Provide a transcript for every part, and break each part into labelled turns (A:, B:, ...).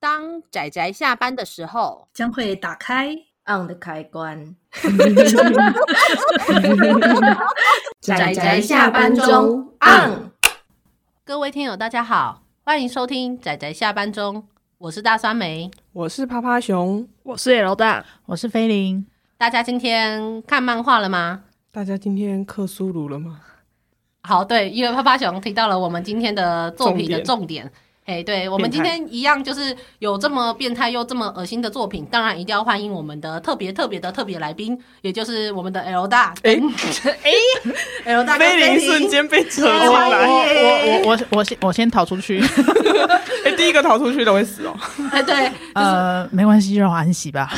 A: 当仔仔下班的时候，
B: 将会打开
C: 嗯
B: 嗯
D: on 的开关。
A: 宅宅下班中
C: 嗯
A: on 各位听友大家好，欢迎收听仔仔下班中，我是大酸梅。
E: 我是趴趴熊，
C: 我是老大，
F: 我是菲林，
A: 大家今天看漫画了吗？
E: 大家今天克苏鲁了吗？
A: 好，对，因为啪啪熊提到了我们今天的作品的重点。哎，对，我们今
E: 变态
A: 天一样就是有这么变态又这么恶心的作品，当然一定要欢迎我们的特别特别的特别来宾，也就是我们的 L 大。
E: 哎
A: l 大跟
E: 菲林瞬间被扯
F: 我
A: 嗯
E: 出来，
F: 我我我我先我先逃出去，
E: 哎、第一个逃出去的会死 哦
A: 哎， 对，
F: 呃，没关系，让我安息吧。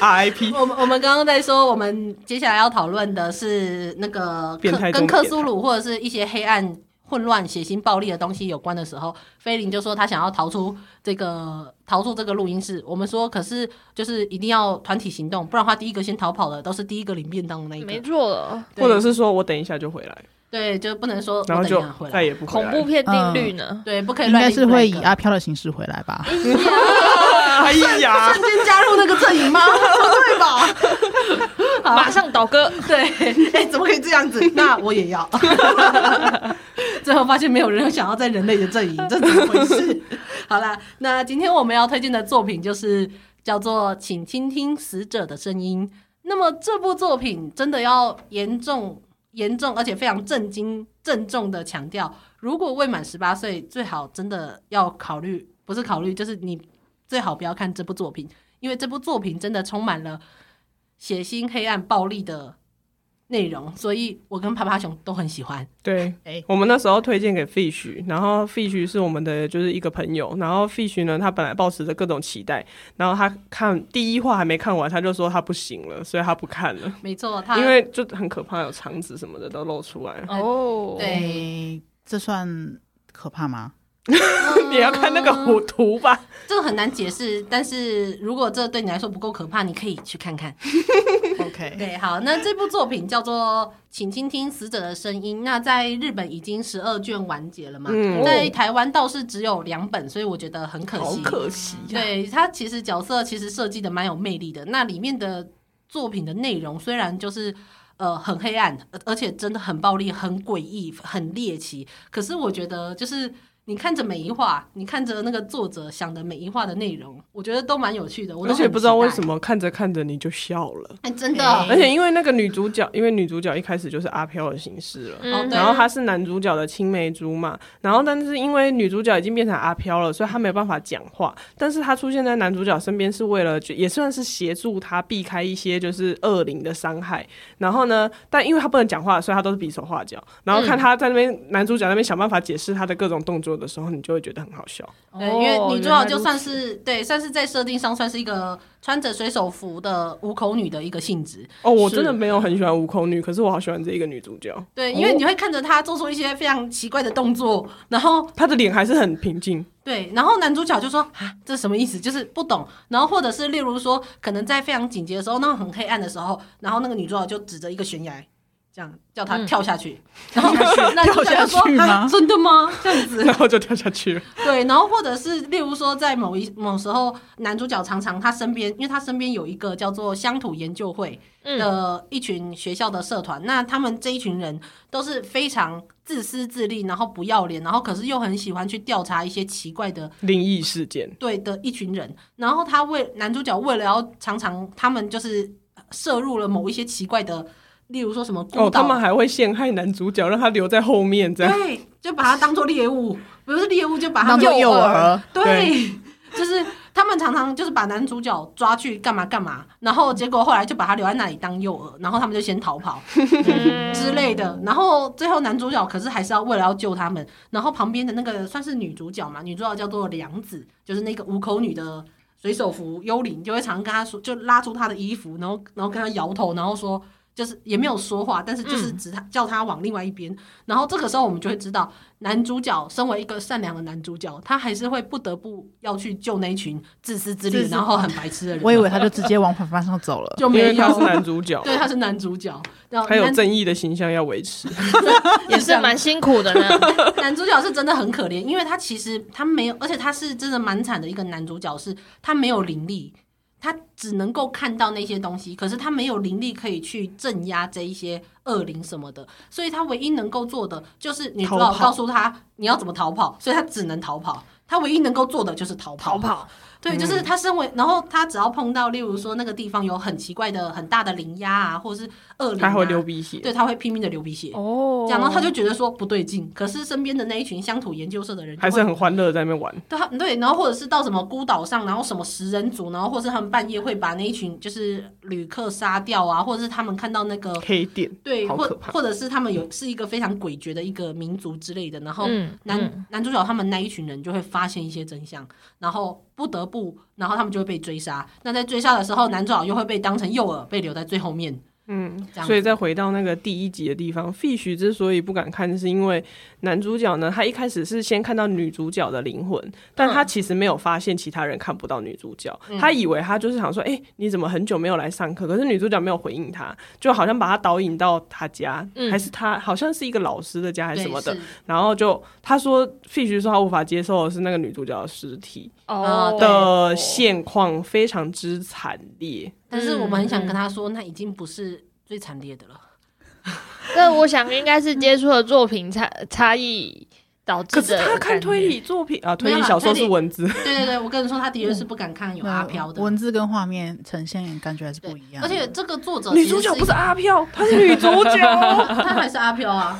E: ，RIP。
A: 我们我们刚刚在说，我们接下来要讨论的是那个
E: 变态
A: 克
E: 中
A: 跟
E: 的
A: 克苏鲁或者是一些黑暗、混乱、血腥、暴力的东西有关的时候，菲林就说他想要逃出这个逃出这个录音室。我们说，可是就是一定要团体行动，不然的话，第一个先逃跑的都是第一个领便当的那一
C: 没
A: 个，
C: 错了，
A: 对
E: 或者是说我等一下就回来，
A: 对，就不能说我
E: 然后
A: 等一
E: 就
A: 下回
E: 再
A: 来，
E: 也不回
C: 恐
E: 来。
C: 怖片定律呢？
A: 对，不可以
F: 应
A: 乱
F: 该
A: 立 flag。
F: 是会以
E: 啊
F: 阿飘的形式回来吧？
E: 哎呀，
A: 瞬间加入那个阵营吗？不对吧？好
C: 马上倒戈，
A: 对， 哎、怎么可以这样子？那我也要。最后发现没有人想要在人类的阵营，这怎么回事？好啦，那今天我们要推荐的作品就是叫做《请倾听死者的声音》。那么这部作品真的要严重、严重，而且非常震惊、郑重的强调，如果未满十八岁，最好真的要考虑，不是考虑，就是你最好不要看这部作品，因为这部作品真的充满了血腥、黑暗、暴力的内容，所以我跟趴趴熊都很喜欢。
E: 对
F: 哎，
E: 我们那时候推荐给 Fish，然后 Fish 是我们的就是一个朋友，然后 Fish 呢，他本来抱持着各种期待，然后他看第一话还没看完，他就说他不行了，所以他不看了，
A: 没错，他
E: 因为就很可怕，有肠子什么的都露出来了。
C: 哦，
A: 对
F: 诶这算可怕吗？
E: 你要看那个虎图吧，
A: 这个很难解释，但是如果这对你来说不够可怕，你可以去看 看。
F: OK，
A: 对，好，那这部作品叫做《请倾听死者的声音》，那在日本已经十二卷完结了嘛，
E: 嗯
A: 在台湾倒是只有两本，所以我觉得很可
E: 好
A: 惜。
E: 可惜呀、
A: 对它其实角色其实设计的蛮有魅力的。那里面的作品的内容虽然就是呃很黑暗，呃而且真的很暴力、很诡异、很猎奇，可是我觉得就是你看着每一话，你看着那个作者想的每一话的内容，我觉得都蛮有趣的。我都
E: 而且
A: 很
E: 不知道
A: 期待
E: 为什，么看着看着你就笑了。
A: 哎，真的，
F: 哎
E: 而且因为那个女主角，因为女主角一开始就是阿飘的形式了。
A: 哦
C: 嗯，
A: 对
E: 然后她是男主角的青梅竹马，然后但是因为女主角已经变成阿飘了，所以她没有办法讲话。但是她出现在男主角身边是为了就也算是协助他避开一些就是恶灵的伤害。然后呢，但因为她不能讲话，所以她都是比手画脚。然后
A: 嗯
E: 看她在那边、男主角那边想办法解释她的各种动作的时候，你就会觉得很好笑。
A: 对，
C: 哦
A: 因为女主角就算
C: 原来如
A: 是对，算是在设定上算是一个穿着水手服的五口女的一个性质，
E: 哦，我
A: 是
E: 真的没有很喜欢无口女，可是我好喜欢这一个女主角，
A: 对，因为你会看着她做出一些非常奇怪的动作，然后
E: 她的脸还是很 平静。
A: 对，然后男主角就说啊，这什么意思？就是不懂。然后或者是例如说，可能在非常紧急的时候，那种很黑暗的时候，然后那个女主角就指着一个悬崖，这样叫他跳下去，然后男主角就说
F: 嗯跳下去吗
A: 啊，真的吗？这样子。
E: 然后就跳下去了。
A: 对，然后或者是例如说，在某一某时候，男主角常常他身边，因为他身边有一个叫做乡土研究会
F: 嗯
A: 的一群学校的社团，那他们这一群人都是非常自私自利，然后不要脸，然后可是又很喜欢去调查一些奇怪的
E: 灵异事件，
A: 对的一群人，然后他为男主角为了要常常他们就是摄入了某一些奇怪的，例如说什么孤
E: 哦，
A: 岛，
E: 他们还会陷害男主角，让他留在后面 这样。
A: 对，就把他当做猎物，不是猎物就把他
F: 当
A: 们
F: 做幼
A: 饵，
F: 儿，
A: 对， 就是他们常常就是把男主角抓去干嘛干嘛，然后结果后来就把他留在那里当诱饵，然后他们就先逃跑，之类的。然后最后男主角可是还是要为了要救他们，然后旁边的那个算是女主角嘛，女主角叫做良子，就是那个五口女的水手服幽灵，就会常跟她说，就拉住她的衣服，然后然后跟她摇头，然后说。就是也没有说话，但是
E: 嗯
A: 就是指他、叫他往另外一边。然后这个时候我们就会知道，男主角身为一个善良的男主角，他还是会不得不要去救那一群自私自利
F: 自私
A: 然后很白痴的人。
F: 我以为他就直接往反方向走了。
A: 就
E: 因
A: 没
E: 为他是
A: 有，
E: 男主角，
A: 对，他是男主角，然后
E: 还有
A: 男
E: 正义的形象要维持。
C: 嗯也是蛮辛苦的呢。
A: 男主角是真的很可怜，因为他其实他没有，而且他是真的蛮惨的一个男主角，是他没有灵力，他只能够看到那些东西，可是他没有灵力可以去镇压这一些恶灵什么的，所以他唯一能够做的就是女主角
F: 逃跑
A: 告诉他你要怎么逃跑，所以他只能逃跑。他唯一能够做的就是 逃跑，
C: 逃跑，
A: 对，就是他身为，然后他只要碰到，例如说那个地方有很奇怪的、很大的灵压啊，或者是恶灵、啊，
E: 他会流鼻血。
A: 对，他会拼命的流鼻血。
C: 哦
A: 这样，然后他就觉得说不对劲，可是身边的那一群乡土研究社的人就
E: 还
A: 会
E: 是很欢乐，在那边玩。
A: 对他对，然后或者是到什么孤岛上，然后什么食人族，然后或是他们半夜会把那一群就是旅客杀掉啊，或者是他们看到那个
E: 黑店，
A: 对，
E: 好
A: 或
E: 可怕
A: 或者是他们有是一个非常诡谲的一个民族之类的，然后
C: 嗯
A: 男、
C: 嗯
A: 男主角他们那一群人就会发现一些真相，然后不得不，然后他们就会被追杀。那在追杀的时候，男主角又会被当成诱饵，被留在最后面。
E: 嗯
A: 这样，
E: 所以再回到那个第一集的地方，Fish 之所以不敢看，是因为男主角呢，他一开始是先看到女主角的灵魂，但他其实没有发现其他人看不到女主角，
A: 嗯
E: 他以为他就是想说，哎、你怎么很久没有来上课？可是女主角没有回应他，就好像把他导引到他家，
C: 嗯
E: 还是他好像是一个老师的家还是
A: 对，
E: 什么的
A: 是，，
E: 然后就他说 Fish 说他无法接受的是那个女主角的尸体
A: 啊
C: 哦
A: 对嗯
E: 的现况非常之惨烈。
A: 但是我们很想跟他说，那已经不是最惨烈的了。
C: 但我想应该是接触的作品差差异导致
E: 可是
C: 的。
E: 他看推，理作品啊，
A: 没
E: 推
A: 有啦
E: 理小说是文字，
A: 对对对，我跟你说，他的确是不敢看有阿飘
E: 嗯
A: 的，
F: 文字跟画面呈现感觉还是不一样。
A: 而且这个作
C: 哦
A: 者
E: 女
A: 其实
E: 主角
A: 一
E: 不是阿飘，她是女主 角，
A: 他还是阿飘啊，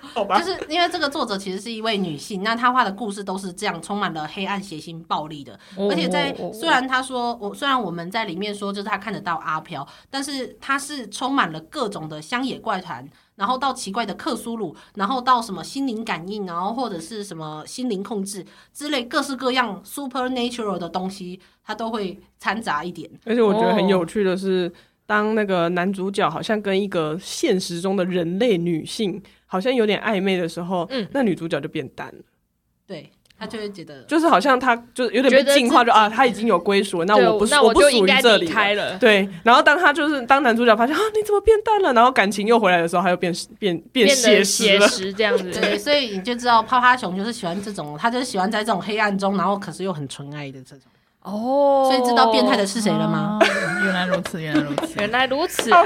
E: 好吧
A: 就？是因为这个作者其实是一位女性，那她画的故事都是这样，充满了黑暗、血腥、暴力的。
C: 嗯
A: 而且
C: 哦
A: 在虽然她说我虽然我们在里面说就是她看得到阿飘，但是她是充满了各种的乡野怪谈，然后到奇怪的克苏鲁，然后到什么心灵感应，然后或者是什么心灵控制之类各式各样 supernatural 的东西，她都会掺杂一点。
E: 而且我觉得很有趣的是，当那个男主角好像跟一个现实中的人类女性好像有点暧昧的时候，
C: 嗯
E: 那女主角就变淡了，
A: 对她就会觉得
E: 就是好像她就是有点被净化，
C: 觉得自己
E: 就啊，她已经有归属了，那
C: 对
E: 我不是
C: 那
E: 我
C: 我
E: 不
C: 就
E: 属
C: 应
E: 于
C: 该
E: 这
C: 离
E: 里了。
C: 开了。
E: 对，然后当他就是当男主角发现啊你怎么变淡了，然后感情又回来的时候，他又变变变
C: 变
E: 写
C: 得
E: 实
C: 写
E: 了。
C: 实这样子，
A: 对，所以你就知道趴趴熊就是喜欢这种，他就是喜欢在这种黑暗中，然后可是又很纯爱的这种。
C: 哦
A: 所以知道变态的是谁了吗？
F: 啊？原来如此，原来如 此。
C: 原来如此啊！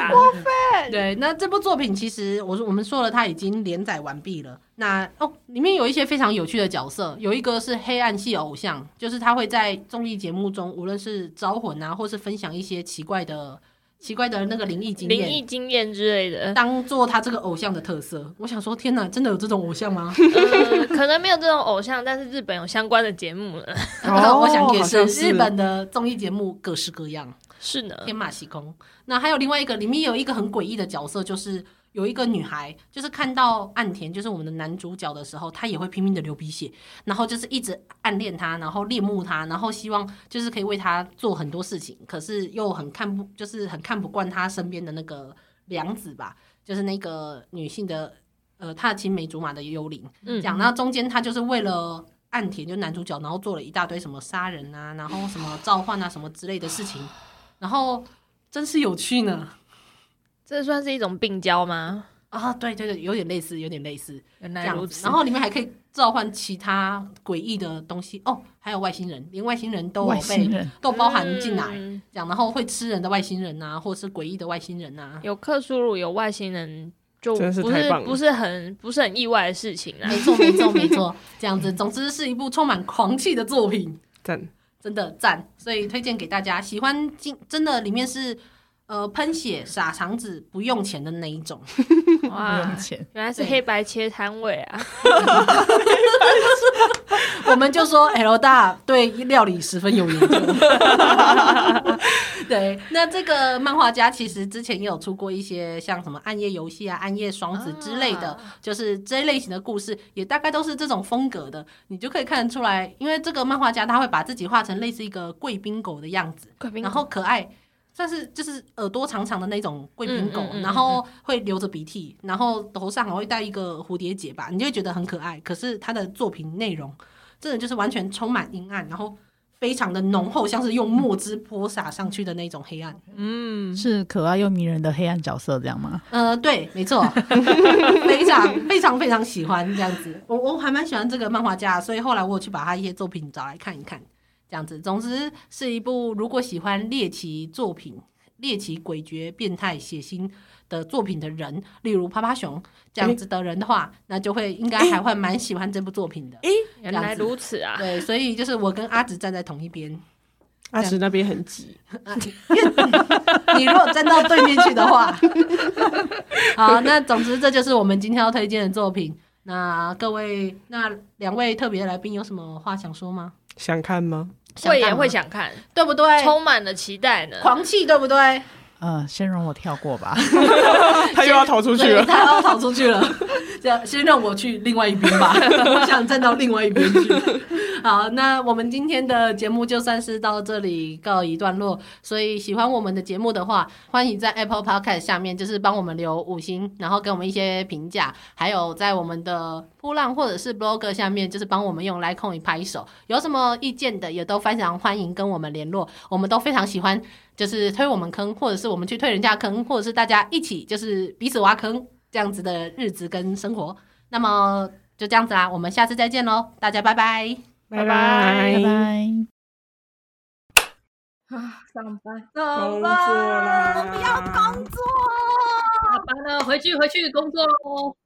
A: 对，那这部作品其实我说我们说了，它已经连载完毕了。那哦，里面有一些非常有趣的角色，有一个是黑暗系偶像，就是他会在综艺节目中，无论是招魂啊，或是分享一些奇怪的、奇怪的那个灵异经
C: 灵
A: 验。
C: 异经验之类 的，
A: 当做他这个偶像的特色，我想说，天哪，真的有这种偶像吗？
C: 呃，可能没有这种偶像，但是日本有相关的节目了。
A: 我想也
E: 哦好
A: 是，
E: 像
A: 日本的综艺节目各式各样。
C: 是呢，
A: 天马行空。那还有另外一个，里面有一个很诡异的角色，就是有一个女孩，就是看到岸田，就是我们的男主角的时候，她也会拼命的流鼻血，然后就是一直暗恋他，然后恋慕他，然后希望就是可以为他做很多事情，可是又很看不，就是很看不惯他身边的那个良子吧，就是那个女性的，呃，她的青梅竹马的幽灵。
C: 嗯
A: 讲那中间他就是为了岸田，就男主角，然后做了一大堆什么杀人啊，然后什么召唤啊，什么之类的事情，然后真是有趣呢。
C: 这算是一种病娇吗？
A: 啊，对对对，有点类似，有点类似
C: 原
A: 这
C: 来如
A: 样子。
C: 此。
A: 然后里面还可以召唤其他诡异的东西哦，还有外星人，连外星人都
F: 外
A: 有
F: 星
A: 被
F: 人
A: 都包含进来，
C: 嗯
A: 这样然后会吃人的外星人啊，或者是诡异的外星人啊，
C: 有克苏鲁，有外星人，就
E: 真是
C: 不
E: 太
C: 是
E: 棒了
C: 不是很不是很意外的事情 啦。
A: 没错没错没错，这样子。总之是一部充满狂气的作品。
E: 赞，
A: 真的赞，所以推荐给大家。喜欢金真的里面是呃喷血撒肠子不用钱的那一种，
F: 不
C: 哇
F: 用，钱，
C: 原来是
A: 对
C: 黑白切摊位啊！
A: 我们就说 L 大对料理十分有研究。 对，那这个漫画家其实之前也有出过一些像什么暗夜游戏啊、暗夜双子之类的，
C: 啊
A: 就是这一类型的故事，也大概都是这种风格的。你就可以看得出来，因为这个漫画家他会把自己画成类似一个贵宾狗的样子，
C: 贵宾狗
A: 然后可爱。算是就是耳朵长长的那种贵宾狗，
C: 嗯嗯嗯
A: 然后会流着鼻涕，然后头上还会戴一个蝴蝶结吧，你就会觉得很可爱。可是它的作品内容真的就是完全充满阴暗，然后非常的浓厚，像是用墨汁泼洒上去的那种黑暗。
E: 嗯，
F: 是可爱又迷人的黑暗角色，这样吗？
A: 呃，对，没错，非常非常非常喜欢这样子。我我还蛮喜欢这个漫画家，所以后来我有去把他一些作品找来看一看，这样子。总之是一部如果喜欢猎奇作品、猎奇诡谲、变态、血腥的作品的人，例如趴趴熊这样子的人的话，那就会应该还会蛮喜欢这部作品的。
C: 原来如此啊！
A: 对，所以就是我跟阿直站在同一边。
E: 阿直那边很急，
A: 啊 你如果站到对面去的 话，好，那总之这就是我们今天要推荐的作品。那各位，那两位特别来宾有什么话想说吗？
E: 想看吗？
C: 会也
A: 看吗哎
C: 会想看，
A: 对不对？
C: 充满了期待呢。
A: 狂气对不对？
F: 呃，先容我跳过吧。
E: 他又要逃出去
A: 对
E: 了。
A: 他要逃出去了， 这样先让我去另外一边吧， 我想站到另外一边去。 好，那我们今天的节目就算是到这里告一段落。所以喜欢我们的节目的话，欢迎在 Apple Podcast 下面就是帮我们留五星，然后给我们一些评价，还有在我们的波浪或者是 Blog 下面就是帮我们用 Like 空拍手，有什么意见的也都非常欢迎跟我们联络，我们都非常喜欢。就是推我们坑，或者是我们去推人家坑，或者是大家一起就是彼此挖坑这样子的日子跟生活。那么就这样子啦，我们下次再见喽，大家拜拜。
E: 拜
F: 拜拜。
C: 上班，
E: 工作啦！
C: 下班了，回去回去工作喽。